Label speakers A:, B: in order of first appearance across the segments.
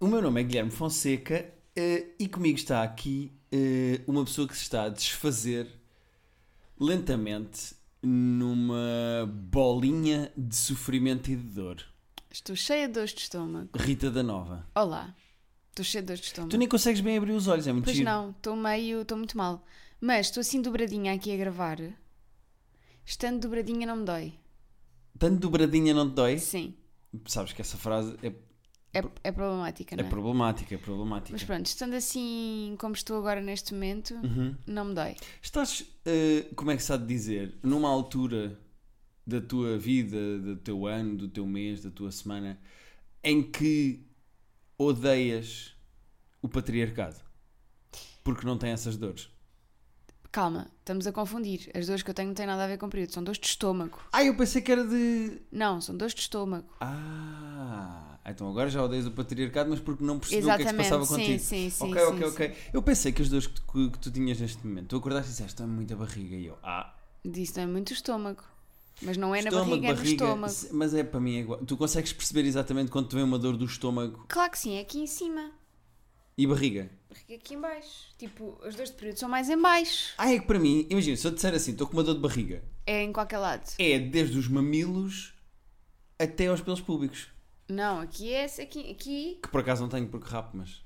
A: O meu nome é Guilherme Fonseca eh, e comigo está aqui eh, uma pessoa que se está a desfazer lentamente numa bolinha de sofrimento e de dor.
B: Estou cheia de dores de estômago.
A: Rita da Nova.
B: Olá. Estou cheia de dores de estômago.
A: Tu nem consegues bem abrir os olhos, é muito
B: Pois
A: giro.
B: não, estou meio, estou muito mal. Mas estou assim dobradinha aqui a gravar. Estando dobradinha não me dói.
A: Tanto dobradinha não te dói?
B: Sim.
A: Sabes que essa frase é,
B: É, é problemática,
A: é
B: não é?
A: problemática, é
B: Mas
A: problemática.
B: pronto, estando assim como estou agora neste momento,
A: Uhum.
B: não me dói.
A: Estás, eh, como é que se há de dizer, numa altura da tua vida, do teu ano, do teu mês, da tua semana, em que odeias o patriarcado? Porque não tem essas dores.
B: Calma, estamos a confundir. As dores que eu tenho não têm nada a ver com o período, são dores de estômago.
A: Ah, eu pensei que era de.
B: Não, são dores de estômago.
A: Ah, então agora já odeias o patriarcado, mas porque não percebeu o que é que se
B: Exatamente,
A: passava
B: sim,
A: contigo.
B: sim, sim,
A: ok,
B: sim,
A: ok, ok. Eu pensei que as dores que tu, que- que tu tinhas neste momento, tu acordaste e disseste, estou muita barriga. E eu, ah,
B: Disso não é muito estômago. Mas não é
A: estômago,
B: na barriga, é no estômago.
A: se- Mas é para mim é igual. Tu consegues perceber exatamente quando te vem uma dor do estômago
B: Claro que sim, é aqui em cima.
A: e barriga?
B: Barriga aqui em baixo. Tipo, as dores de período são mais em baixo.
A: Ah, é que para mim, imagina, se eu disser assim, estou com uma dor de barriga,
B: É em qualquer lado.
A: é desde os mamilos até aos pelos públicos.
B: Não, aqui é esse, aqui, aqui,
A: Que por acaso não tenho porque rapo, mas.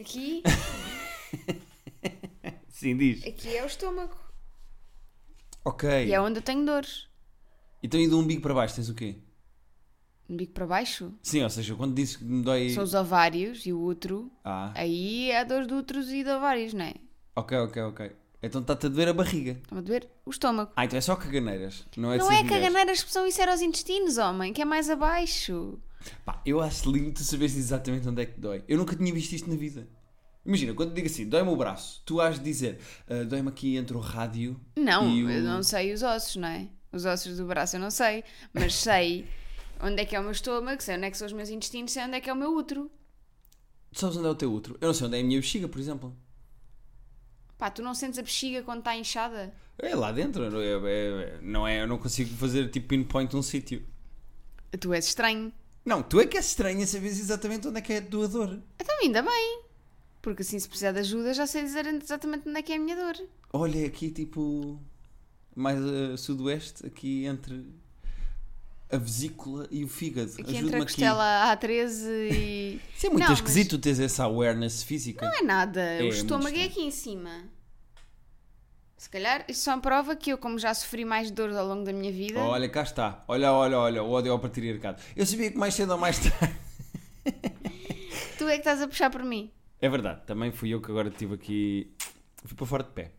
B: aqui,
A: Sim, diz.
B: aqui é o estômago.
A: Ok.
B: E é onde eu tenho dores.
A: Então e do umbigo para baixo tens o quê?
B: No bico para baixo.
A: Sim, ou seja, quando disse que me dói.
B: São os ovários e o útero.
A: Ah,
B: Aí é a dor do útero e de ovários, não é?
A: ok, ok, ok. Então está-te a doer a barriga.
B: Estão a doer o estômago.
A: Ah, então é só caganeiras. Não é de
B: não
A: seres
B: é
A: mulheres.
B: caganeira a expressão, isso era aos intestinos, homem, que é mais abaixo.
A: Pá, eu acho lindo tu saberes exatamente onde é que dói. Eu nunca tinha visto isto na vida. Imagina, quando eu digo assim, dói-me o braço, tu has de dizer, "Ah, dói-me aqui entre o rádio.
B: Não,
A: e o...
B: eu não sei os ossos, não é? Os ossos do braço eu não sei, mas sei onde é que é o meu estômago, sei onde é que são os meus intestinos, sei onde é que é o meu útero.
A: Tu sabes onde é o teu útero? Eu não sei onde é a minha bexiga, por exemplo.
B: Pá, tu não sentes a bexiga quando está inchada?
A: É lá dentro, não é, é- é- não é- eu não consigo fazer tipo pinpoint um sítio.
B: Tu és estranho.
A: Não, tu é que és estranha saberes exatamente onde é que é a tua dor.
B: Então ainda bem, porque assim se precisar de ajuda já sei dizer exatamente onde é que é a minha dor.
A: Olha, aqui tipo, mais a sudoeste, aqui entre a vesícula e o fígado.
B: Aqui entre a
A: Ajuda-me aqui.
B: costela A13 e...
A: Isso é muito
B: Não, mas-
A: esquisito tu teres essa awareness física.
B: Não é nada, o
A: muito
B: estômago é
A: estranho.
B: aqui em cima. Se calhar isso só é prova que eu, como já sofri mais dores ao longo da minha vida...
A: Olha, cá está. Olha, olha, olha, o ódio ao patriarcado. Eu sabia que mais cedo ou mais tarde.
B: Tu é que estás a puxar por mim.
A: É verdade, também fui eu que agora estive aqui. Fui para fora de pé.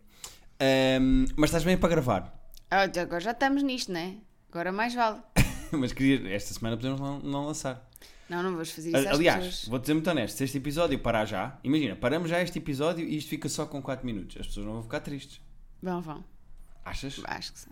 A: Ahm, mas estás bem para gravar.
B: Ah, então Agora já estamos nisto, não é? Agora mais vale.
A: mas queria. Esta semana podemos não, não lançar.
B: Não, não vamos fazer isso às
A: Aliás,
B: pessoas.
A: vou dizer muito honesto: se este episódio parar já, imagina, paramos já este episódio e isto fica só com 4 minutos. As pessoas não vão ficar tristes.
B: Vão, vão.
A: Achas?
B: Acho que sim.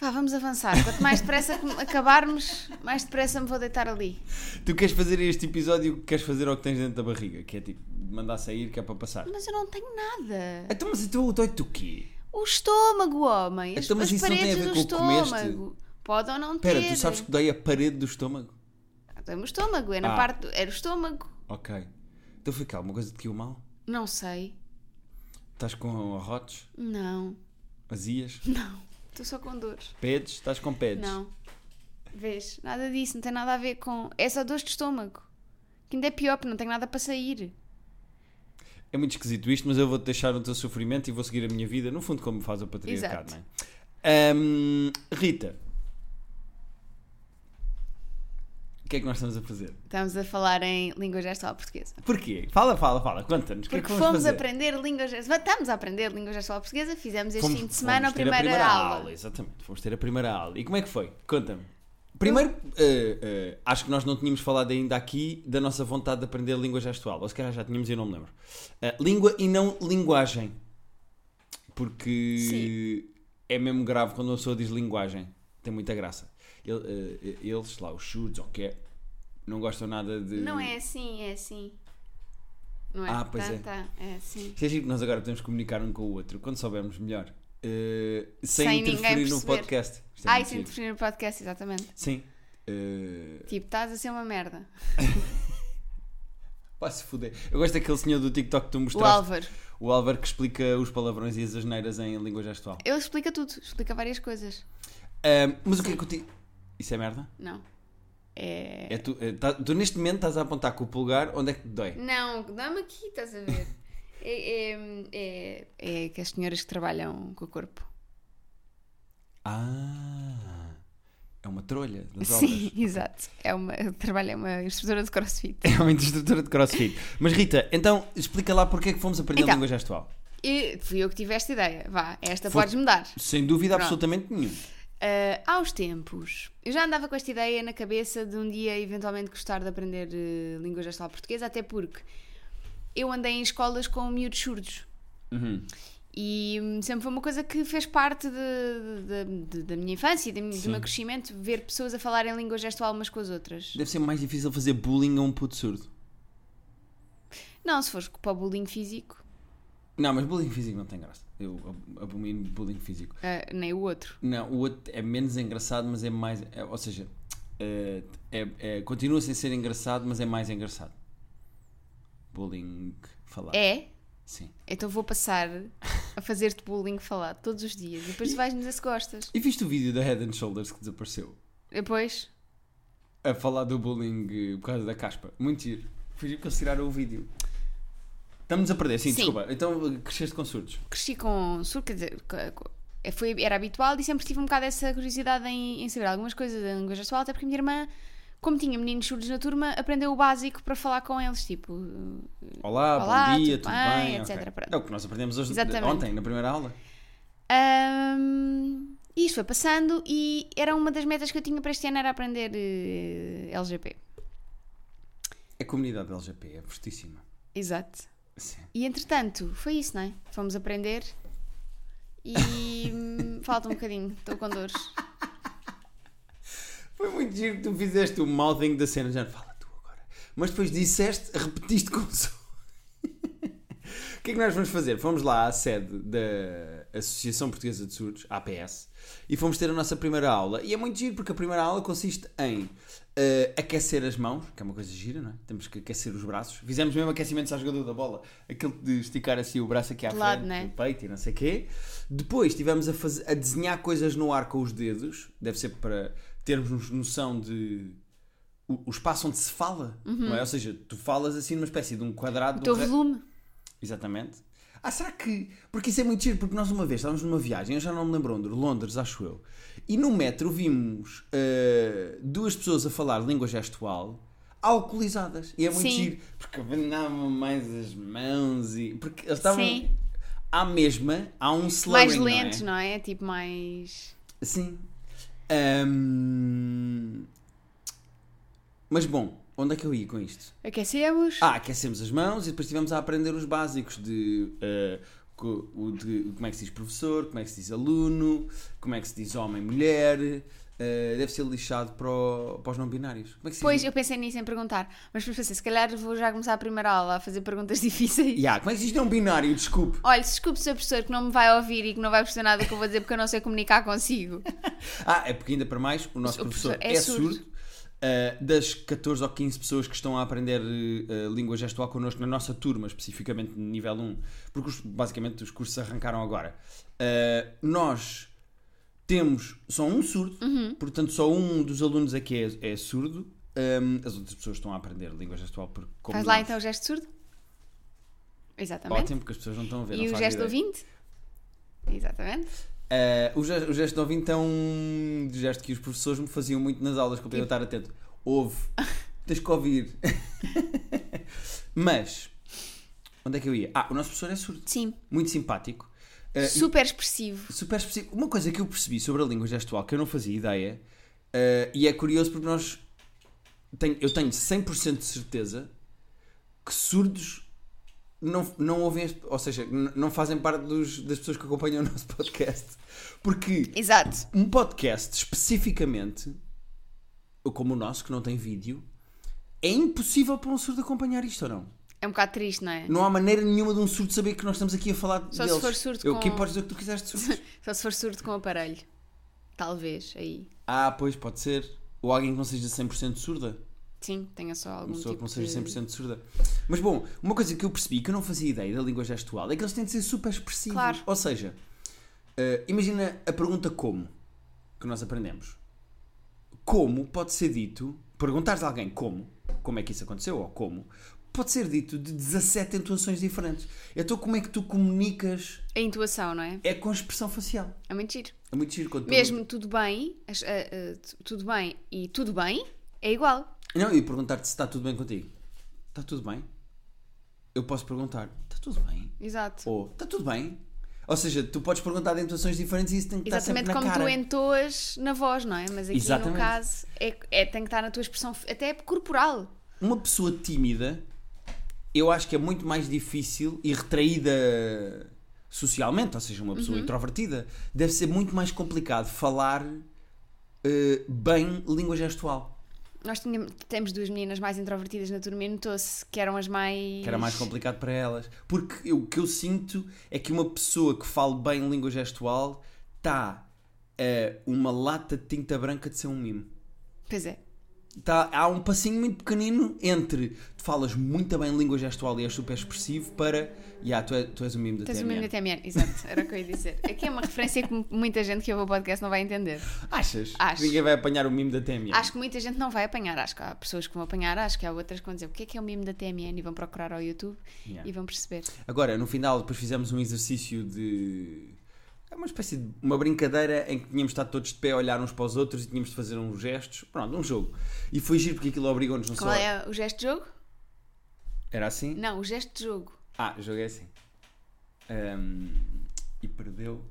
B: Vá, vamos avançar. Quanto mais depressa com- acabarmos, mais depressa me vou deitar ali.
A: Tu queres fazer este episódio, que queres fazer ao que tens dentro da barriga, que é tipo, mandar sair, que é para passar.
B: Mas eu não tenho nada.
A: Então, mas então dói-te o quê?
B: O estômago, homem. As,
A: Então, mas
B: as
A: isso não tem a
B: paredes
A: ver
B: do
A: com o que comeste?
B: estômago. Pode ou não ter.
A: Espera, tu sabes que dói a parede do estômago?
B: Tem o estômago, é na
A: Ah.
B: parte. do- Era o estômago.
A: Ok. Então foi cá, alguma coisa de que o mal?
B: Não sei.
A: Estás com arrotes,
B: Não.
A: azias,
B: Não. Estou só com dores.
A: pedes? Estás com pedes?
B: Não. Vês? Nada disso, não tem nada a ver com. É só dores de estômago. Que ainda é pior, porque não tem nada para sair.
A: É muito esquisito isto, mas eu vou-te deixar o teu sofrimento e vou seguir a minha vida, no fundo, como faz o patriarcado,
B: Exato.
A: não é? Ahm, Rita. O que é que nós estamos a fazer?
B: Estamos a falar em língua gestual portuguesa.
A: Porquê? Fala, fala, fala. Conta-nos. O que é
B: Porque
A: que vamos
B: fomos
A: fazer?
B: aprender língua gestual. Estamos a aprender língua gestual portuguesa, fizemos este
A: Fomos-
B: fim de semana a
A: fomos ter
B: primeira, aula.
A: Exatamente, fomos ter a primeira aula. E como é que foi? Conta-me. Primeiro, eh, eh, acho que nós não tínhamos falado ainda aqui da nossa vontade de aprender língua gestual. Ou se calhar já tínhamos e eu não me lembro. Eh, língua e não linguagem. Porque é mesmo grave quando uma pessoa diz linguagem. Tem muita graça. Ele- eh, eles lá, os chudos, ou que é, não gostam nada de.
B: Não é assim, é assim. Não é?
A: Ah, pois
B: tá,
A: é.
B: Tá, é assim.
A: Isto é giro que nós agora podemos comunicar um com o outro quando soubermos melhor. eh, sem,
B: Sem ninguém
A: interferir no
B: perceber.
A: podcast. Isto é
B: Ah,
A: muito
B: isso
A: giro.
B: interferir no podcast, exatamente.
A: Sim. eh,
B: Tipo, estás a ser uma merda.
A: pá, se fuder. Eu gosto daquele senhor do TikTok que tu
B: O
A: mostraste.
B: Álvaro.
A: O Álvaro que explica os palavrões e as asneiras em língua gestual.
B: Ele explica tudo, explica várias coisas.
A: Ahm, mas o que é que eu ti... Isso é merda?
B: Não. É.
A: É tu, é, tá- tu neste momento estás a apontar com o polegar onde é que te dói.
B: Não, dá-me aqui, estás a ver? É, é, é, é que as senhoras que trabalham com o corpo.
A: Ah, é uma trolha das obras.
B: Sim, exato. É uma, trabalha, é uma instrutora de crossfit.
A: É uma instrutora de crossfit. Mas Rita, então explica lá porque é que fomos aprender
B: Então.
A: língua gestual.
B: E fui eu que tive esta ideia. Vá, esta
A: Foi-
B: podes-me dar.
A: Sem dúvida
B: Pronto.
A: absolutamente nenhuma.
B: Ah, aos tempos, eu já andava com esta ideia na cabeça de um dia eventualmente gostar de aprender eh, língua gestual portuguesa, até porque eu andei em escolas com miúdos surdos.
A: Uhum.
B: E hum, sempre foi uma coisa que fez parte de- de- de- da minha infância e da minha- do meu crescimento, ver pessoas a falarem língua gestual umas com as outras.
A: Deve ser mais difícil fazer bullying a um puto surdo.
B: Não, se fores para o bullying físico,
A: Não, mas bullying físico não tem graça. Eu ab- abomino bullying físico.
B: ah, nem o outro.
A: Não, o outro é menos engraçado, mas é mais. é- ou seja, eh, é- é- continua sem ser engraçado, mas é mais engraçado. Bullying falado.
B: É?
A: Sim.
B: Então vou passar a fazer-te bullying falar todos os dias e depois vais-me dizer se gostas.
A: E viste o vídeo da Head and Shoulders que desapareceu?
B: Depois,
A: A falar do bullying eh, por causa da caspa. Muito giro. Foi giro que eles tiraram o vídeo. Estamos a perder, sim,
B: Sim.
A: desculpa. Então eh, cresceste com surdos.
B: cresci com surdo, quer dizer, co- co- eh, foi, era habitual e sempre tive um bocado essa curiosidade em, em saber algumas coisas da língua gestual, até porque a minha irmã, como tinha meninos surdos na turma, aprendeu o básico para falar com eles, tipo...
A: Olá,
B: Olá,
A: bom dia,
B: tudo
A: tudo,
B: bem,
A: bem,
B: etc.
A: ok.
B: Pronto.
A: É o que nós aprendemos hoje,
B: Exatamente.
A: ontem, na primeira aula.
B: Ahm, e isto foi passando e era uma das metas que eu tinha para este ano era aprender eh, LGP.
A: A comunidade LGP é fortíssima.
B: Exato.
A: Sim.
B: E entretanto, foi isso, não é? Fomos aprender e hum, falta um bocadinho, estou com dores.
A: Foi muito giro que tu fizeste o mouthing da cena, já fala tu agora. Mas depois disseste, repetiste com um som. O que é que nós vamos fazer? Fomos lá à sede da Associação Portuguesa de Surdos, APS, e fomos ter a nossa primeira aula. E é muito giro porque a primeira aula consiste em eh, aquecer as mãos, que é uma coisa gira, não é? Temos que aquecer os braços. Fizemos mesmo aquecimentos à jogador da bola, aquele de esticar assim o braço aqui à
B: De
A: frente,
B: lado, não é?
A: o peito e não sei o quê. Depois estivemos a, faz- a desenhar coisas no ar com os dedos, deve ser para termos noção de. O, o espaço onde se fala, não é? Ou seja, tu falas assim numa espécie de um quadrado.
B: Uhum. O
A: de um
B: teu
A: re-
B: volume?
A: Exatamente. Ah, será que. Porque isso é muito giro, porque nós uma vez estávamos numa viagem, eu já não me lembro onde, Londres, acho eu, e no metro vimos ah, duas pessoas a falar língua gestual alcoolizadas. E é muito
B: Sim.
A: giro, porque abandonavam mais as mãos e. Porque eles estavam.
B: Sim.
A: À mesma, há um slurring,
B: mais
A: não é?
B: lento, não é? Tipo mais.
A: Sim. Ahm, Mas bom, onde é que eu ia com isto?
B: Aquecemos.
A: Ah, aquecemos as mãos e depois estivemos a aprender os básicos de, eh, co- o de- como é que se diz professor, como é que se diz aluno, como é que se diz homem, mulher. eh, deve ser lixado para, o- para os não binários. Como é que se
B: Pois
A: diz?
B: eu pensei nisso em perguntar, mas depois pensei, se calhar vou já começar a primeira aula a fazer perguntas difíceis.
A: Yeah, como é que se diz não binário? Desculpe.
B: Olha, desculpe, Sr. Professor, que não me vai ouvir e que não vai perceber nada do que eu vou dizer porque eu não sei comunicar consigo.
A: Ah, é porque ainda para mais o nosso
B: O
A: professor,
B: professor é
A: é, surdo.
B: surdo.
A: Ah, das 14 ou 15 pessoas que estão a aprender eh, ah, língua gestual connosco na nossa turma, especificamente no nível 1, porque os- basicamente os cursos arrancaram agora, ah, nós temos só um surdo,
B: Uhum.
A: portanto só um dos alunos aqui é, é surdo, Ah, as outras pessoas estão a aprender língua gestual porque como
B: Faz lá
A: nós-
B: então o gesto surdo? Exatamente.
A: Ótimo, porque as pessoas não estão a ver. não
B: E o
A: fazem
B: gesto
A: ideia.
B: ouvinte? Exatamente.
A: Uh, o, gesto, o gesto de ouvinte é um gesto que os professores me faziam muito nas aulas, que eu podia estar atento. Ouve, tens que ouvir. Mas, onde é que eu ia? Ah, o nosso professor é surdo,
B: Sim.
A: muito simpático. uh, e
B: Super expressivo.
A: super específico. Uma coisa que eu percebi sobre a língua gestual que eu não fazia ideia, uh, e é curioso porque nós. tenho- eu tenho 100% de certeza que surdos não, não ouvem, este- ou seja, n- não fazem parte dos- das pessoas que acompanham o nosso podcast. Porque
B: Exato.
A: um podcast especificamente, como o nosso, que não tem vídeo, é impossível para um surdo acompanhar isto ou não?
B: É um bocado triste, não é?
A: Não há maneira nenhuma de um surdo saber que nós estamos aqui a falar
B: Só se
A: deles.
B: for surdo
A: Eu,
B: com-
A: Quem podes dizer o que tu quiseres de surdos?
B: Só se for surdo com aparelho. Talvez, aí.
A: ah, pois, pode ser. Ou alguém que não seja 100% surda.
B: Sim, tenha só algum
A: Uma pessoa
B: tipo
A: que não seja
B: de...
A: 100% surda. Mas bom, uma coisa que eu percebi que eu não fazia ideia da língua gestual é que eles têm de ser super expressivos.
B: Claro.
A: Ou seja, eh, imagina a pergunta como que nós aprendemos. Como pode ser dito, perguntares a alguém como, como é que isso aconteceu ou como, pode ser dito de 17 entoações diferentes. Então como é que tu comunicas?
B: A intuação, não é?
A: É com expressão facial.
B: É muito giro.
A: É muito giro quando
B: Mesmo tudo bem, as- a- a- tu- tudo bem e tudo bem é igual.
A: Não, e perguntar-te se está tudo bem contigo. Está tudo bem? Eu posso perguntar, está tudo bem?
B: Exato.
A: Ou, está tudo bem? Ou seja, tu podes perguntar de entoações diferentes e isso tem que
B: Exatamente
A: estar tá sempre
B: como
A: na
B: tu
A: cara.
B: entoas na voz, não é? Mas aqui
A: Exatamente.
B: no caso é, é- tem que estar na tua expressão f- até corporal.
A: Uma pessoa tímida, eu acho que é muito mais difícil e retraída socialmente, ou seja, uma
B: Uhum.
A: pessoa introvertida, deve ser muito mais complicado falar eh, bem língua gestual.
B: Nós tínhamos, temos duas meninas mais introvertidas na turma e notou-se que eram as mais.
A: Que era mais complicado para elas. Porque eu- o que eu sinto é que uma pessoa que fale bem língua gestual está uma lata de tinta branca de ser um mimo.
B: Pois é.
A: Tá, há um passinho muito pequenino entre tu falas muito bem língua gestual e és super expressivo para. Ya, tu, é- tu és o mimo da
B: Tens o
A: TMN.
B: mesmo TMN, exato, era o que eu ia dizer. Aqui é uma referência que m- muita gente que ouve o podcast não vai entender.
A: Achas?
B: Acho.
A: Ninguém vai apanhar o mimo da TMN.
B: Acho que muita gente não vai apanhar, acho que há pessoas que vão apanhar, acho que há outras que vão dizer o que é que é o mimo da TMN e vão procurar ao YouTube
A: Yeah.
B: e vão perceber.
A: Agora, no final, depois fizemos um exercício de. É uma espécie de. Uma brincadeira em que tínhamos de estar todos de pé a olhar uns para os outros e tínhamos de fazer uns gestos. Pronto, um jogo. E foi giro porque aquilo obrigou-nos não
B: Qual
A: só.
B: é o gesto de jogo?
A: Era assim?
B: Não, o gesto de jogo.
A: Ah, o jogo é assim. Ahm, e perdeu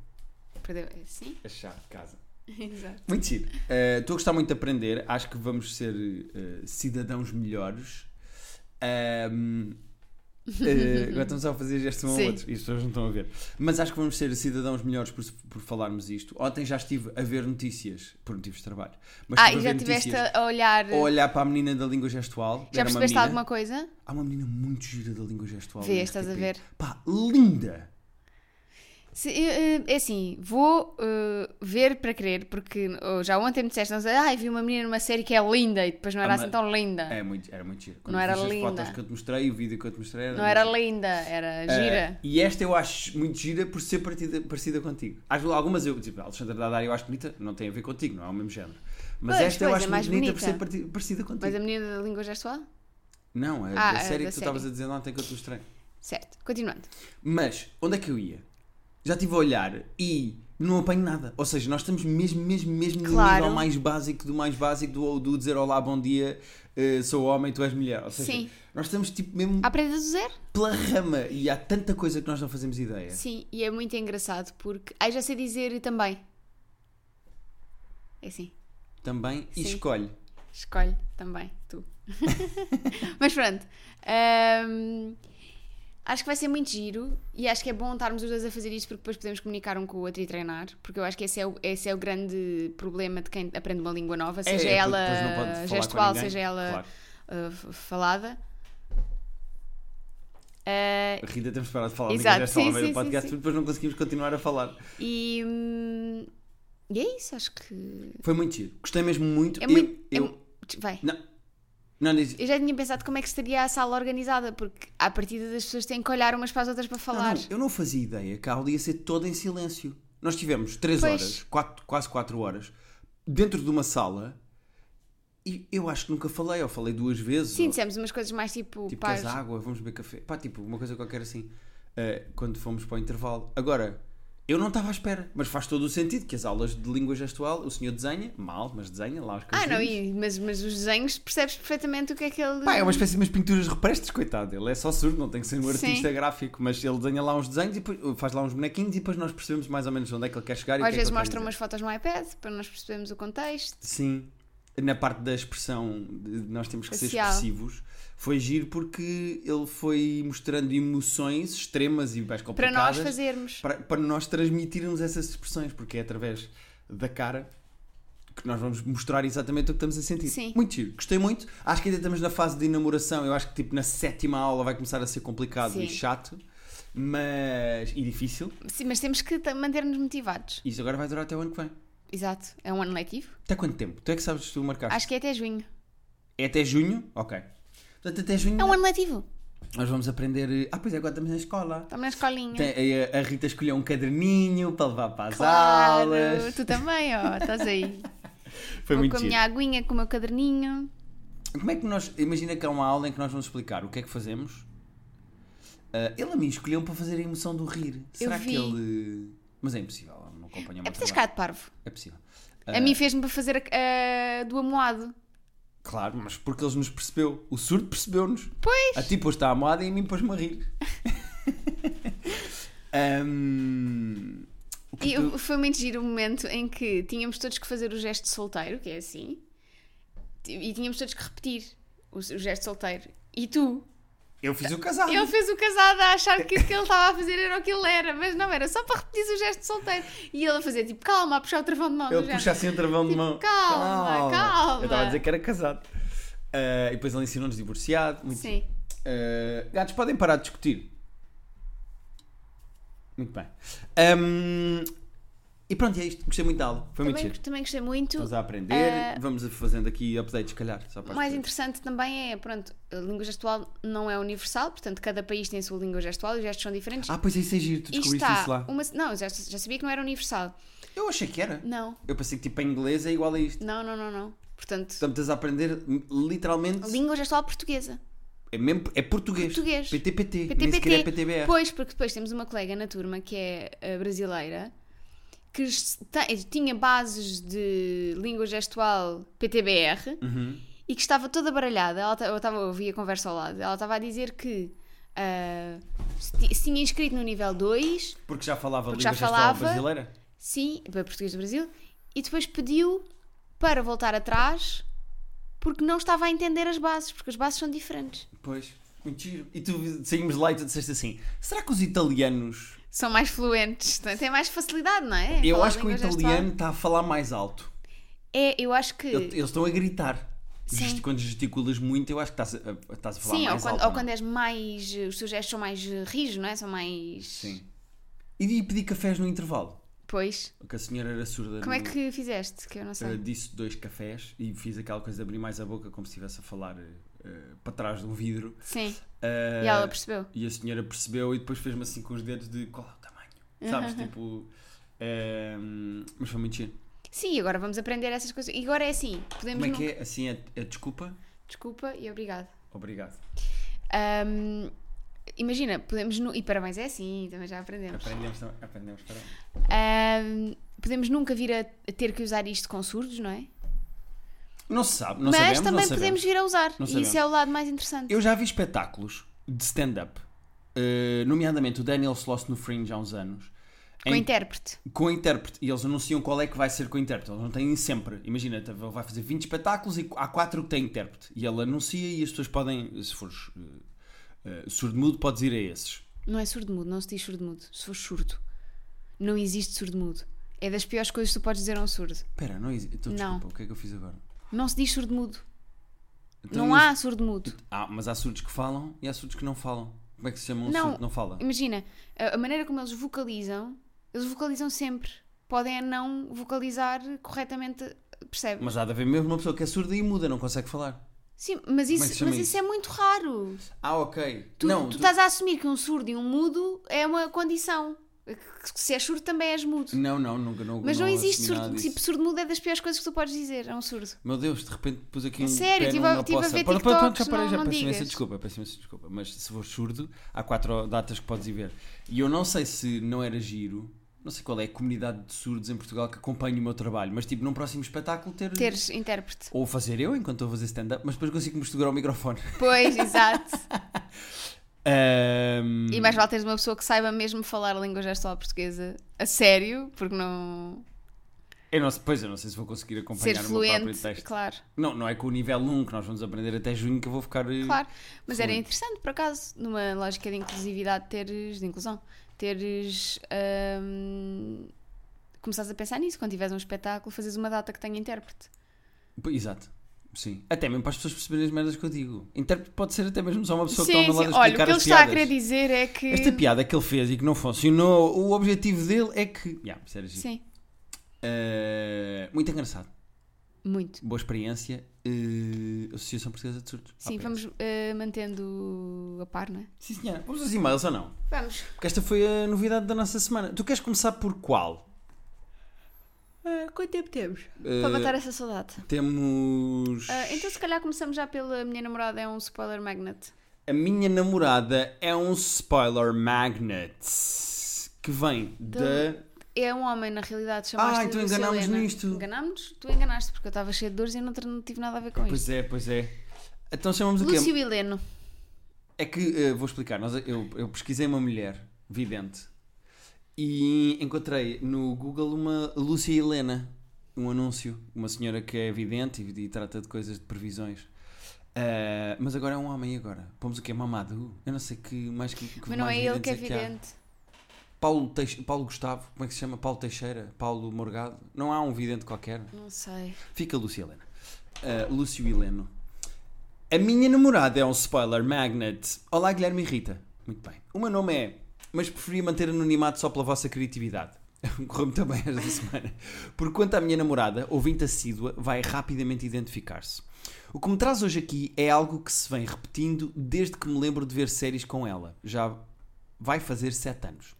B: Perdeu. é Sim?
A: a chave de casa.
B: Exato.
A: Muito giro. Eh, Estou a gostar muito de aprender. Acho que vamos ser eh, cidadãos melhores. Ahm, eh, agora estamos só a fazer gestos um ao
B: Sim.
A: outro e as pessoas não estão a ver. Mas acho que vamos ser cidadãos melhores por, por falarmos isto. Ontem já estive a ver notícias, por motivos de trabalho. Mas
B: Ah,
A: estive
B: e
A: a
B: já
A: ver
B: tiveste
A: notícias,
B: a olhar.
A: a olhar para a menina da língua gestual.
B: Já
A: Era uma
B: percebeste
A: menina.
B: alguma coisa?
A: Há uma menina muito gira da língua gestual.
B: Vê,
A: na
B: estás a
A: RTP.
B: ver.
A: Pá, linda!
B: Se- eh, eh, é assim, vou eh, ver para crer, porque oh, já ontem me disseste, não sei, ai, vi uma menina numa série que é linda e depois não era
A: Ah,
B: assim
A: mas-
B: tão linda.
A: É muito, era muito gira. Quando
B: Não era
A: fiz as
B: linda.
A: fotos que eu te mostrei, o vídeo que eu te mostrei era
B: Não
A: muito
B: era
A: gira.
B: linda, era
A: Ah,
B: gira.
A: e esta eu acho muito gira por ser partida- parecida contigo. Às vezes algumas eu, tipo, a Alexandra Daddario eu acho bonita, não tem a ver contigo, não é o mesmo género. Mas
B: Pois,
A: esta eu
B: pois,
A: acho
B: é
A: muito
B: mais
A: bonita, por
B: bonita.
A: ser parti- parecida contigo.
B: Mas a menina da língua gestual?
A: Não, é
B: Ah,
A: da série
B: é da
A: que tu
B: série.
A: estavas a dizer ontem é que eu te mostrei.
B: Certo, continuando.
A: Mas, onde é que eu ia? Já estive a olhar e não apanho nada. Ou seja, nós estamos mesmo, mesmo, mesmo no
B: Claro.
A: nível mais básico do mais básico do, do dizer olá, bom dia, eh, sou homem, tu és mulher. Ou seja,
B: Sim. Ah.
A: nós estamos tipo mesmo
B: Aprendes do zero?
A: pela rama e há tanta coisa que nós não fazemos ideia.
B: Sim, e é muito engraçado porque. Ai, já sei dizer também. É assim,
A: Também, e
B: Sim.
A: escolhe.
B: escolhe também, tu. Mas pronto. hum, acho que vai ser muito giro e acho que é bom estarmos os dois a fazer isto porque depois podemos comunicar um com o outro e treinar. Porque eu acho que esse é o, esse é o grande problema de quem aprende uma língua nova, seja
A: É, porque
B: ela
A: depois não pode falar com
B: gestual,
A: ninguém.
B: seja ela
A: Claro.
B: uh, f- falada. Uh,
A: Rita, temos que parar de falar
B: Exato,
A: Exato. gestual
B: sim,
A: ao meio do
B: sim,
A: podcast,
B: sim, sim.
A: porque depois não conseguimos continuar a falar.
B: e, hum, e é isso, acho que.
A: Foi muito giro. Gostei mesmo muito.
B: É
A: Eu-
B: muito. é
A: Eu,
B: mu- Vai.
A: Não. Não, diz-
B: Eu já tinha pensado como é que estaria a sala organizada, porque à partida das pessoas têm que olhar umas para as outras para
A: Não,
B: falar.
A: não, eu não fazia ideia que a aula ia ser toda em silêncio. Nós tivemos 3
B: Pois.
A: horas, quatro- quase 4 horas, dentro de uma sala e eu acho que nunca falei, ou falei duas vezes.
B: Sim,
A: ou-
B: dissemos umas coisas mais tipo.
A: tipo,
B: pá,
A: queres água? Vamos beber café? Pá, tipo, uma coisa qualquer assim. eh, quando fomos para o intervalo. Agora, eu não estava à espera, mas faz todo o sentido que as aulas de língua gestual, o senhor desenha, mal, mas desenha lá os
B: Ah, não,
A: cantinhos.
B: e, mas, mas os desenhos percebes perfeitamente o que é que ele.
A: Pá, é uma espécie de umas pinturas rupestres, coitado. Ele é só surdo, não tem que ser um artista
B: Sim.
A: gráfico, mas ele desenha lá uns desenhos e depois- eh, faz lá uns bonequinhos e depois nós percebemos mais ou menos onde é que ele quer chegar e o
B: Às
A: que é que
B: vezes
A: ele quer
B: mostra
A: dizer.
B: umas fotos no iPad para nós percebermos o contexto.
A: Sim, na parte da expressão, de- nós temos que
B: Facial.
A: ser expressivos. Foi giro porque ele foi mostrando emoções extremas e mais
B: Para
A: complicadas
B: nós fazermos.
A: para, para nós transmitirmos essas expressões, porque é através da cara que nós vamos mostrar exatamente o que estamos a sentir.
B: Sim.
A: Muito giro, gostei muito. Acho que ainda estamos na fase de enamoração. Eu acho que tipo na sétima aula vai começar a ser complicado e
B: Sim.
A: chato, mas. e difícil.
B: Sim, mas temos que ta- manter-nos motivados.
A: Isso agora vai durar até o ano que vem.
B: Exato, é um ano letivo.
A: Até quanto tempo? Tu é que sabes se tu marcaste?
B: Acho que é até junho.
A: É até junho? Ok. Portanto, até junho
B: É um ano letivo.
A: nós vamos aprender. eh, Ah, pois é, agora estamos na escola.
B: Estamos na escolinha.
A: Tem- a, a Rita escolheu um caderninho para levar para as
B: Claro,
A: aulas.
B: tu também, ó, estás aí.
A: Foi
B: Vou
A: muito
B: com a
A: giro.
B: minha aguinha, com o meu caderninho.
A: Como é que nós. Imagina que há uma aula em que nós vamos explicar o que é que fazemos. Ah, ele a mim escolheu para fazer a emoção do rir. Será que
B: vi.
A: ele. Mas é impossível, ela não acompanha
B: É
A: muito.
B: porque tens cara de parvo.
A: É possível.
B: A mim fez-me para fazer a, a- do amoado.
A: Claro, mas porque eles nos percebeu. O surdo percebeu-nos. Pois. A ti pôs-te à moada e a mim pôs-me a rir. Ahm, o que
B: E
A: tu-
B: eu- foi muito giro o momento em que tínhamos todos que fazer o gesto de solteiro, que é assim, e tínhamos todos que repetir o, o gesto de solteiro. E tu?
A: Eu fiz o casal.
B: Ele fez o casado a achar que o que ele estava a fazer era o que ele era, mas não era só para repetir o gesto de solteiro. E ele a fazer tipo, calma, a puxar o travão de mão. do
A: Ele
B: género.
A: puxa assim o travão de
B: Tipo,
A: mão.
B: calma, calma.
A: Eu estava a dizer que era casado. Ah, e depois ele ensinou-nos divorciado. Muito
B: Sim.
A: Uh, gatos, podem parar de discutir. Muito bem. Um, e pronto, é isto. Gostei muito da aula. Foi muito
B: Também,
A: giro.
B: também gostei muito. Ah,
A: Estamos a aprender. Vamos fazendo aqui updates, se calhar. Só para
B: O
A: as
B: mais
A: pessoas.
B: interessante também é, pronto, a língua gestual não é universal, portanto, cada país tem a sua língua gestual e os gestos são diferentes.
A: Ah, pois é, isso é giro. Tu
B: e
A: descobriste
B: está
A: isso lá.
B: uma. Não, já, já sabia que não era universal.
A: Eu achei que era.
B: Não,
A: Eu pensei que tipo em inglês é igual a isto.
B: não, não, não, não. Portanto,
A: Portanto, estás a aprender literalmente.
B: a língua gestual portuguesa.
A: É, mesmo, é português.
B: Português.
A: PTPT. Nem sequer é
B: PTPT.
A: PTBR.
B: Pois, porque depois temos uma colega na turma que é eh, brasileira que es- te- tinha bases de língua gestual PTBR
A: Uhum.
B: e que estava toda baralhada. Ela ta- eu estava a ouvir a conversa ao lado. Ela estava a dizer que ah, se ti- se tinha inscrito no nível 2,
A: Porque já falava
B: Porque
A: língua
B: já
A: gestual
B: falava.
A: brasileira.
B: sim, para português do Brasil, e depois pediu para voltar atrás porque não estava a entender as bases, porque as bases são diferentes.
A: Pois. Muito giro. E tu saímos lá e tu disseste assim: será que os italianos
B: São mais fluentes, portanto, têm mais facilidade, não é?
A: Eu
B: Falar
A: acho que o
B: língua gestual.
A: italiano está a falar mais alto.
B: É, eu acho que.
A: Ele- Eles estão a gritar.
B: Sim.
A: Just- quando gesticulas muito, eu acho que estás a, estás a falar
B: Sim, ou
A: mais
B: quando,
A: alto.
B: ou
A: não é?
B: quando és mais. eh, Os teus gestos são mais eh, rijos, não é? São mais.
A: Sim. E, e pedi cafés no intervalo.
B: Pois.
A: Que a senhora era surda.
B: Como é
A: no-
B: que é? fizeste? Que eu não sei.
A: eh, disse dois cafés e fiz aquela coisa de abrir mais a boca como se estivesse a falar eh, eh, para trás de um vidro.
B: Sim.
A: Eh,
B: E ela percebeu.
A: e a senhora percebeu e depois fez-me assim com os dedos de qual é o tamanho. Sabes? tipo. eh, mas foi muito giro.
B: Sim, agora vamos aprender essas coisas. E agora é assim. Podemos.
A: Como é
B: nunca-
A: que é? Assim, a, a desculpa?
B: Desculpa e obrigado.
A: Obrigado.
B: Ahm, imagina, podemos. nu- E parabéns é assim, também já aprendemos.
A: Aprendemos, tam- aprendemos, parabéns.
B: Ahm, podemos nunca vir a a ter que usar isto com surdos, não é?
A: Não se sabe, não
B: Mas
A: sabemos,
B: também
A: não sabemos.
B: podemos vir a usar.
A: Não
B: e isso é o lado mais interessante.
A: Eu já vi espetáculos de stand-up, eh, nomeadamente o Daniel Sloss no Fringe há uns anos,
B: Com o
A: em-
B: intérprete.
A: com intérprete, e eles anunciam qual é que vai ser com o intérprete, eles não têm sempre. Imagina, tá- ele vai fazer 20 espetáculos e há 4 que têm intérprete, e ele anuncia e as pessoas podem, se fores eh, eh, surdo-mudo, podes ir a esses.
B: Não é surdo-mudo, não se diz surdo-mudo. Se for surdo, não existe surdo-mudo. É das piores coisas que tu podes dizer a um surdo.
A: Espera, não existe. Então,
B: Não.
A: desculpa, o que é que eu fiz agora?
B: Não se diz surdo-mudo.
A: Então,
B: Não
A: existe-
B: há surdo-mudo.
A: Ah, mas há surdos que falam e há surdos que não falam. Como é que se chama um
B: Não.
A: surdo que não fala?
B: Imagina, a a maneira como eles vocalizam, eles vocalizam sempre. Podem é não vocalizar corretamente, percebe?
A: Mas há de haver mesmo uma pessoa que é surda e muda, não consegue falar.
B: Sim, mas
A: é que se
B: isso,
A: chama
B: mas isso é muito raro.
A: Ah, ok.
B: Tu,
A: não,
B: tu
A: tu-
B: estás a assumir que um surdo e um mudo é uma condição. Que Se és surdo, também és mudo.
A: Não, não, nunca. Não,
B: Mas não, existe
A: assumi nada
B: surdo.
A: disso.
B: Tipo, surdo-mudo é das piores coisas que tu podes dizer a um surdo.
A: Meu Deus, de repente pus aqui
B: A
A: um
B: sério,
A: pé
B: tive a-
A: numa
B: tive a
A: poça.
B: ver
A: Pronto, pronto, pronto, já
B: TikToks,
A: parei, já
B: não- não
A: peço imensa
B: digas.
A: desculpa, peço imensa desculpa. Mas se for surdo, há quatro datas que podes ir ver. E eu não sei se não era giro, não sei qual é a comunidade de surdos em Portugal que acompanha o meu trabalho, mas tipo, num próximo espetáculo ter...
B: Teres intérprete.
A: Ou fazer eu, enquanto estou a fazer stand-up, mas depois consigo misturar o microfone.
B: Pois, exato.
A: Ahm,
B: E mais vale teres uma pessoa que saiba mesmo falar a língua gestual portuguesa a sério, porque não.
A: eu não, sei- pois, eu não sei se vou conseguir
B: ser
A: acompanhar o meu próprio
B: fluente,
A: texto.
B: claro.
A: Não, não é com o nível 1 que nós vamos aprender até junho que eu vou ficar... eh,
B: Claro. Mas era
A: Fluente.
B: interessante, por acaso, numa lógica de inclusividade, teres. de inclusão. Teres. hum, começares a pensar nisso. Quando tiveres um espetáculo, fazes uma data que tenha intérprete.
A: P- Exato. Sim. Até mesmo para as pessoas perceberem as merdas que eu digo. Intérprete pode ser até mesmo só uma pessoa que está ao meu lado a
B: Olha, o
A: explicar
B: que ele
A: as
B: está a
A: piadas.
B: querer dizer é que.
A: Esta piada que ele fez e que não funcionou, o objetivo dele é que. Ya, isso era giro.
B: Sim.
A: Eh, muito engraçado.
B: Muito.
A: Boa experiência. eh, Associação Portuguesa de Surdos.
B: Sim,
A: APS.
B: vamos eh, mantendo a par, não é?
A: Sim, senhora. Vamos aos e-mails ou não?
B: Vamos.
A: Porque esta foi a novidade da nossa semana. Tu queres começar por qual?
B: quanto tempo temos?
A: Eh,
B: Para matar essa saudade.
A: Temos.
B: Ah, então, se calhar, começamos já pela minha namorada, é um spoiler magnet.
A: A minha namorada é um spoiler magnet que vem da.
B: É um homem, na realidade, chamaste
A: Ah, então enganámos
B: Helena.
A: nisto.
B: Enganámos-nos? Tu enganaste, porque eu estava cheia de dores e não, te- não tive nada a ver com isso.
A: Pois é, pois é. Então chamamos o quê?
B: Lúcio Heleno.
A: É que, eh, vou explicar, nós, eu, eu pesquisei uma mulher vidente e encontrei no Google uma Lúcia Helena, um anúncio, uma senhora que é vidente e, e trata de coisas de previsões. Ah, mas agora é um homem, e agora? Pomos o quê? Mamadu? Eu não sei que mais que, que
B: Mas não
A: mais
B: é ele que é
A: videntes que há.
B: vidente.
A: Paulo, Teix- Paulo Gustavo, como é que se chama? Paulo Teixeira? Paulo Morgado? Não há um vidente qualquer?
B: Não sei.
A: Fica Lúcia Helena. Ah, Lúcio Heleno. A minha namorada é um spoiler magnet. Olá, Guilherme e Rita. Muito bem. O meu nome é. Mas preferia manter anonimato só pela vossa criatividade. Correu-me também esta semana. Por quanto à minha namorada, ouvinte assídua, vai rapidamente identificar-se. O que me traz hoje aqui é algo que se vem repetindo desde que me lembro de ver séries com ela. Já vai fazer 7 anos.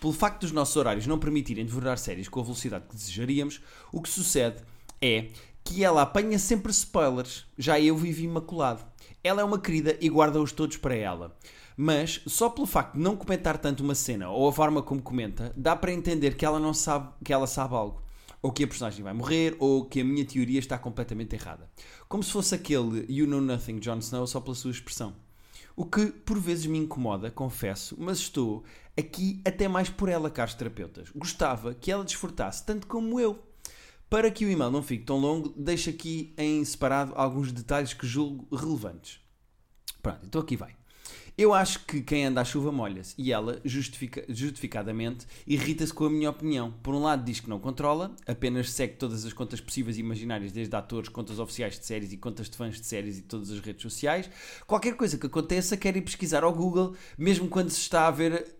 A: Pelo facto dos nossos horários não permitirem devorar séries com a velocidade que desejaríamos, o que sucede é que ela apanha sempre spoilers. Já eu vivi imaculado. Ela é uma querida e guarda-os todos para ela. Mas, só pelo facto de não comentar tanto uma cena ou a forma como comenta, dá para entender que ela não sabe que ela sabe algo ou que a personagem vai morrer, ou que a minha teoria está completamente errada. Como se fosse aquele You Know Nothing Jon Snow só pela sua expressão. O que por vezes me incomoda, confesso, mas estou aqui até mais por ela, caros terapeutas. Gostava que ela desfrutasse tanto como eu. Para que o e-mail não fique tão longo, deixo aqui em separado alguns detalhes que julgo relevantes. Pronto, então aqui vai. Eu acho que quem anda à chuva molha-se e ela, justifica- justificadamente, irrita-se com a minha opinião. Por um lado, diz que não controla, apenas segue todas as contas possíveis e imaginárias, desde atores, contas oficiais de séries e contas de fãs de séries e todas as redes sociais. Qualquer coisa que aconteça, quer ir pesquisar ao Google, mesmo quando se está a ver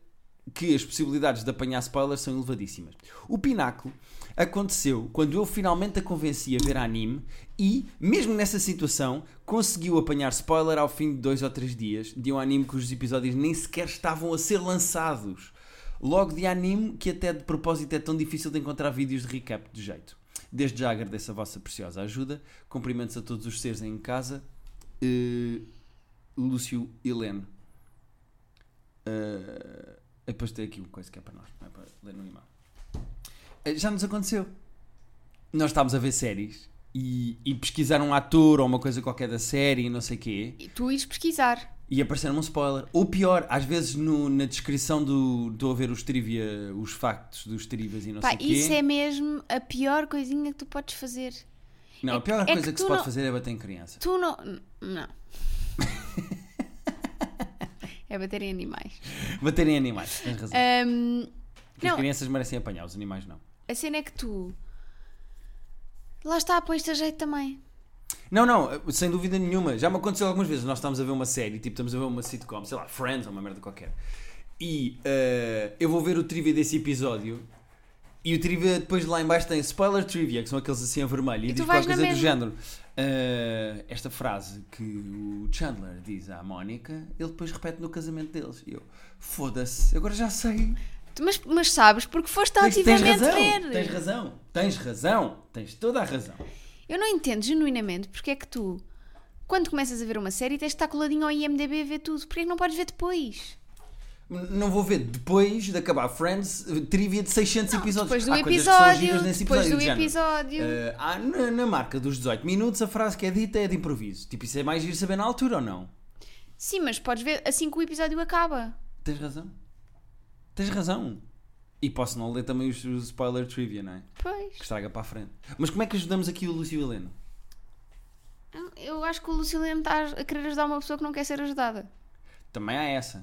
A: que as possibilidades de apanhar spoilers são elevadíssimas. O pináculo aconteceu quando eu finalmente a convenci a ver anime e, mesmo nessa situação, conseguiu apanhar spoiler ao fim de dois ou três dias de um anime cujos episódios nem sequer estavam a ser lançados. Logo de anime que até de propósito é tão difícil de encontrar vídeos de recap de jeito. Desde já agradeço a vossa preciosa ajuda. Cumprimentos a todos os seres em casa. Eh, Lúcio Heleno. Uh, depois tem aqui uma coisa que é para nós, não é para ler no e-mail. Uh, Já nos aconteceu. Nós estávamos a ver séries e, e pesquisar um ator ou uma coisa qualquer da série e não sei quê
B: E tu ires pesquisar.
A: e apareceram um spoiler. Ou pior, às vezes no- na descrição do. Estou a ver os trivia, os factos dos trivias e não
B: Pá,
A: sei quê.
B: isso é mesmo a pior coisinha que tu podes fazer.
A: Não,
B: é
A: a pior
B: que- é
A: coisa
B: que
A: que, se
B: tu
A: pode
B: não-
A: fazer é bater em criança.
B: Tu não. n- Não. é bater em animais.
A: Bater em animais, tens razão.
B: Ahm,
A: que as
B: Eh, não.
A: crianças merecem apanhar, os animais não.
B: a cena é que tu. Lá está, pões-te a jeito também.
A: Não, não, sem dúvida nenhuma. Já me aconteceu algumas vezes. Nós estamos a ver uma série, tipo, estamos a ver uma sitcom, sei lá, Friends ou uma merda qualquer. E eh, eu vou ver o trivia desse episódio. E o trivia depois lá em baixo tem spoiler trivia, que são aqueles assim a vermelho. E,
B: E tu
A: diz
B: vais
A: qualquer
B: na
A: coisa do
B: mesma.
A: género. Eh, esta frase que o Chandler diz à Mónica, ele depois repete no casamento deles. E eu, foda-se, agora já sei.
B: Tu- Mas, mas sabes, porque foste
A: Tens, tens
B: Tá ativamente
A: razão,
B: ler.
A: tens razão, tens razão, tens toda a razão.
B: Eu não entendo genuinamente porque é que tu, quando começas a ver uma série, tens de estar coladinho ao IMDB a ver tudo. Porque é que não podes ver depois?
A: Não vou ver depois de acabar Friends trivia de 600 episódios.
B: Depois do
A: Há coisas que são
B: episódio,
A: giras nesse
B: depois do
A: de género.
B: episódio.
A: Eh, há- na, na marca dos 18 minutos, a frase que é dita é de improviso. Tipo, isso é mais ir saber na altura ou não?
B: Sim, mas podes ver assim que o episódio acaba.
A: Tens razão. Tens razão. E posso não ler também os, os spoiler trivia, não é?
B: Pois.
A: Que estraga para a frente. Mas como é que ajudamos aqui o Lúcio Heleno?
B: Eu acho que o Lucilene está a querer ajudar uma pessoa que não quer ser ajudada.
A: Também há essa.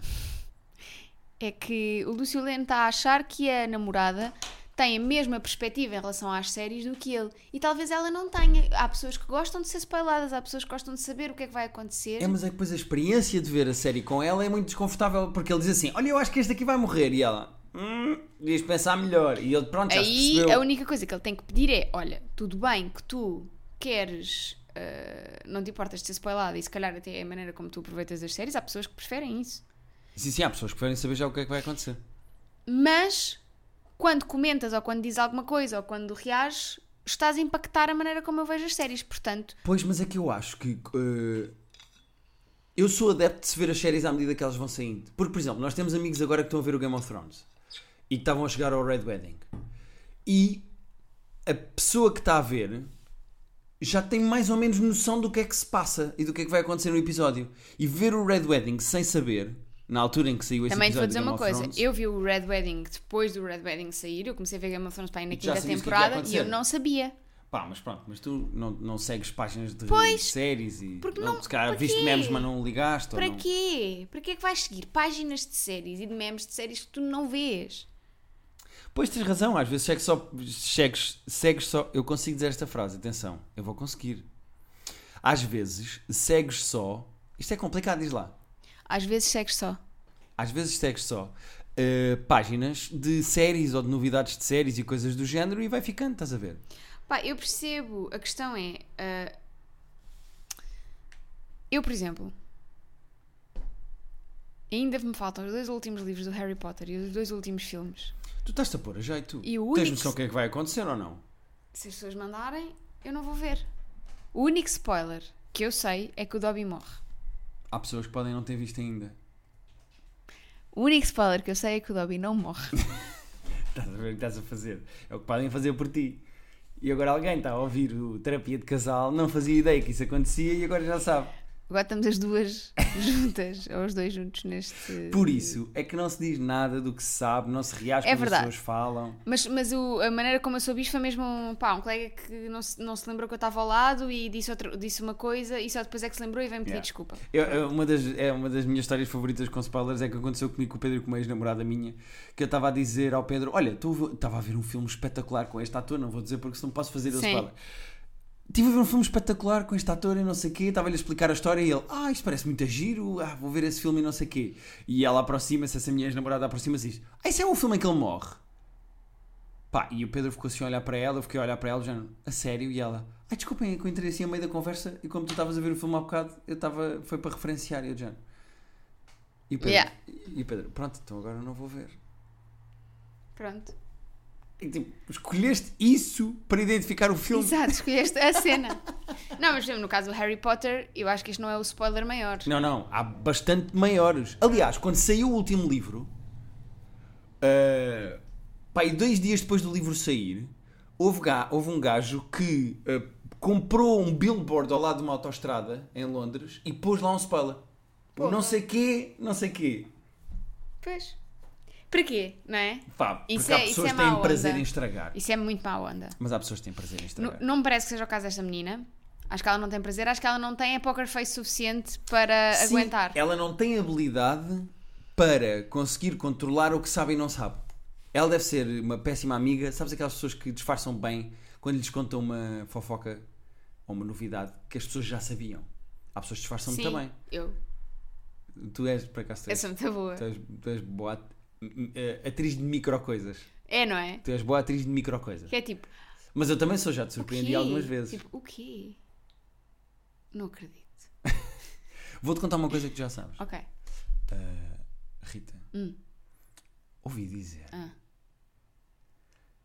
B: É que o Lucilene está a achar que a namorada tem a mesma perspectiva em relação às séries do que ele. E talvez ela não tenha. Há pessoas que gostam de ser spoiladas, há pessoas que gostam de saber o que é que vai acontecer.
A: É, mas é que depois a experiência de ver a série com ela é muito desconfortável porque ele diz assim: Olha, eu acho que este aqui vai morrer. E ela: hum, devias pensar melhor. E ele, pronto, já se
B: Aí é
A: percebeu.
B: a única coisa que ele tem que pedir é: olha, tudo bem que tu queres, eh, não te importas de ser spoilada e se calhar até é a maneira como tu aproveitas as séries, há pessoas que preferem isso.
A: Sim, sim, há pessoas que querem saber já o que é que vai acontecer.
B: Mas quando comentas ou quando dizes alguma coisa ou quando reages, estás a impactar a maneira como eu vejo as séries. Portanto,
A: Pois, mas é que eu acho que. eh, eu sou adepto de se ver as séries à medida que elas vão saindo. Porque, por exemplo, nós temos amigos agora que estão a ver o Game of Thrones e que estavam a chegar ao Red Wedding. E a pessoa que está a ver já tem mais ou menos noção do que é que se passa e do que é que vai acontecer no episódio. E ver o Red Wedding sem saber, na altura em que saiu esse
B: também te vou
A: episódio do
B: dizer
A: Game
B: uma
A: of
B: coisa:
A: Thrones,
B: eu vi o Red Wedding depois do Red Wedding sair, eu comecei a ver Game of Thrones para aí na
A: tu já
B: quinta
A: sabias o que é que ia
B: temporada e eu
A: acontecer? Então
B: não sabia.
A: Pá, mas pronto, mas tu não, não segues páginas de
B: Pois,
A: séries e.
B: porque não-
A: se calhar
B: para
A: viste
B: quê?
A: memes, mas não ligaste. ou
B: Para
A: não...
B: quê? Para que é que vais seguir páginas de séries e de memes de séries que tu não vês?
A: Pois tens razão, às vezes segues só, segues, segues só. Eu consigo dizer esta frase, atenção, eu vou conseguir. Às vezes segues só. Isto é complicado, diz lá.
B: Às vezes segues só.
A: Às vezes segues só eh, páginas de séries ou de novidades de séries e coisas do género e vai ficando, estás a ver?
B: Pá, eu percebo. A questão é. ah, eu, por exemplo. Ainda me faltam os dois últimos livros do Harry Potter e os dois últimos filmes.
A: Tu estás-te a pôr a jeito.
B: E o
A: tens
B: único-
A: noção do que é que vai acontecer ou não?
B: Se as pessoas mandarem, eu não vou ver. O único spoiler que eu sei é que o Dobby morre.
A: Há pessoas que podem não ter visto ainda.
B: O único spoiler que eu sei é que o Dobby não morre.
A: Estás a ver o que estás a fazer? É o que podem fazer por ti. E agora alguém está a ouvir o terapia de casal, não fazia ideia que isso acontecia e agora já sabe.
B: Agora estamos as duas juntas, ou os dois juntos neste.
A: Por isso é que não se diz nada do que se sabe, não se reage
B: É
A: quando
B: verdade.
A: as pessoas falam.
B: Mas, mas o- a maneira como eu soube isto foi mesmo um, pá, um colega que não se, não se lembrou que eu estava ao lado e disse, outra- disse uma coisa e só depois é que se lembrou e veio-me pedir
A: Yeah.
B: desculpa.
A: Eu- eu- uma, das, é uma das minhas histórias favoritas com spoilers é que aconteceu comigo com o Pedro, com uma ex-namorada minha, que eu estava a dizer ao Pedro: Olha, tu- estava a ver um filme espetacular com este ator, não vou dizer porque senão posso fazer a
B: Sim.
A: spoiler. Estive a ver um filme espetacular com este ator e não sei o quê, estava-lhe a explicar a história e ele, ah, isto parece muito a giro, ah, vou ver esse filme e não sei o quê. E ela aproxima-se, essa minha ex-namorada aproxima-se e diz, ah, esse é o filme em que ele morre. Pá, e o Pedro ficou assim a olhar para ela, eu fiquei a olhar para ela, já a sério, e ela, ai desculpem, é que eu entrei assim a meio da conversa e como tu estavas a ver o filme há bocado, eu estava, foi para referenciar, e eu já. E o Pedro,
B: Yeah.
A: e o Pedro, pronto, então agora eu não vou ver.
B: Pronto.
A: E, tipo, escolheste isso para identificar o filme.
B: Exato, escolheste a cena. não, mas por exemplo, no caso do Harry Potter, eu acho que este não é o spoiler maior.
A: Não, não, há bastante maiores. Aliás, quando saiu o último livro, uh, pá, e dois dias depois do livro sair, houve, ga- houve um gajo que uh, comprou um billboard ao lado de uma autoestrada em Londres e pôs lá um spoiler. Não sei quê, não sei quê.
B: Pois. Para quê? Não é?
A: Pá, porque
B: Isso
A: há
B: é- isso
A: pessoas
B: é
A: que têm
B: má
A: prazer
B: onda.
A: em estragar.
B: Isso é muito má onda.
A: Mas há pessoas que têm prazer em
B: N-
A: estragar.
B: Não me parece que seja o caso desta menina. Acho que ela não tem prazer, acho que ela não tem a poker face suficiente para
A: Sim,
B: aguentar.
A: Ela não tem habilidade para conseguir controlar o que sabe e não sabe. Ela deve ser uma péssima amiga. Sabes aquelas pessoas que disfarçam bem quando lhes contam uma fofoca ou uma novidade que as pessoas já sabiam? Há pessoas que disfarçam
B: Sim,
A: muito bem.
B: eu.
A: Tu és, por acaso, tu
B: Eu
A: és,
B: sou muito boa.
A: tu és, tu és boa at- eh, atriz de micro coisas.
B: É, não é?
A: Tu és boa atriz de micro coisas.
B: Que é tipo,
A: Mas eu também sou, já te
B: O
A: surpreendi
B: quê?
A: algumas vezes.
B: Tipo, o quê? Não acredito.
A: Vou-te contar uma coisa que tu já sabes.
B: Ok.
A: Rita,
B: Hum.
A: ouvi dizer
B: Ah.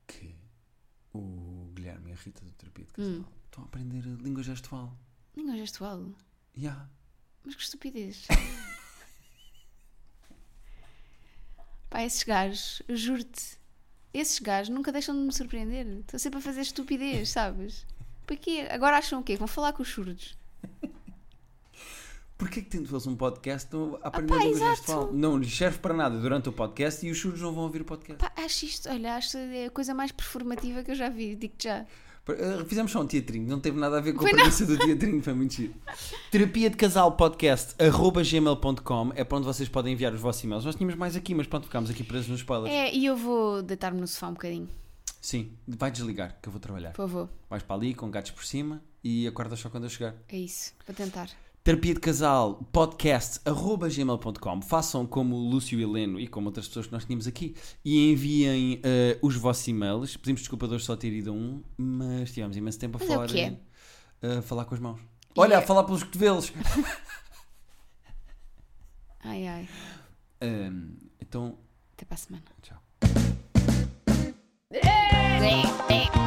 A: que o Guilherme e a Rita do Terapia de
B: Hum.
A: Casal estão a aprender a língua gestual.
B: Língua gestual.
A: Ya.
B: Mas que estupidez. Pá, esses gajos, eu juro-te. Esses gajos nunca deixam de me surpreender. Estão sempre a fazer estupidez, sabes? Para quê? Agora acham o quê? Que Vão falar com os surdos.
A: Porquê que tendo eles um podcast estão a aprender
B: pá,
A: a língua
B: exato.
A: gestual? Não lhes serve para nada durante o podcast e os surdos não vão ouvir o podcast.
B: Pá, acho isto, olha, acho é a coisa mais performativa que eu já vi, digo-te já.
A: Eh, Fizemos só um teatrinho, não teve nada a ver com
B: Foi
A: a
B: não.
A: premissa do teatrinho, foi muito giro. Terapia de Casal Podcast, arroba gmail.com, é para onde vocês podem enviar os vossos e-mails. Nós tínhamos mais aqui, mas pronto, ficámos aqui presos nos spoilers.
B: É, e eu vou deitar-me no sofá um bocadinho,
A: Sim, vai desligar que eu vou trabalhar.
B: por favor.
A: Vais para ali com gatos por cima e acordas só quando eu chegar.
B: É isso, vou tentar.
A: terapia de casal, podcast, arroba gmail.com. Façam como o Lúcio Heleno e como outras pessoas que nós tínhamos aqui e enviem eh, os vossos e-mails. Pedimos desculpa de hoje só ter ido a um, mas tivemos imenso tempo a
B: Mas é o
A: falar.
B: que é.
A: eh, a falar com as mãos. Olha,
B: é-
A: a falar pelos cotovelos!
B: Ai, ai.
A: Ahm, então,
B: Até para a semana.
A: tchau.
B: É.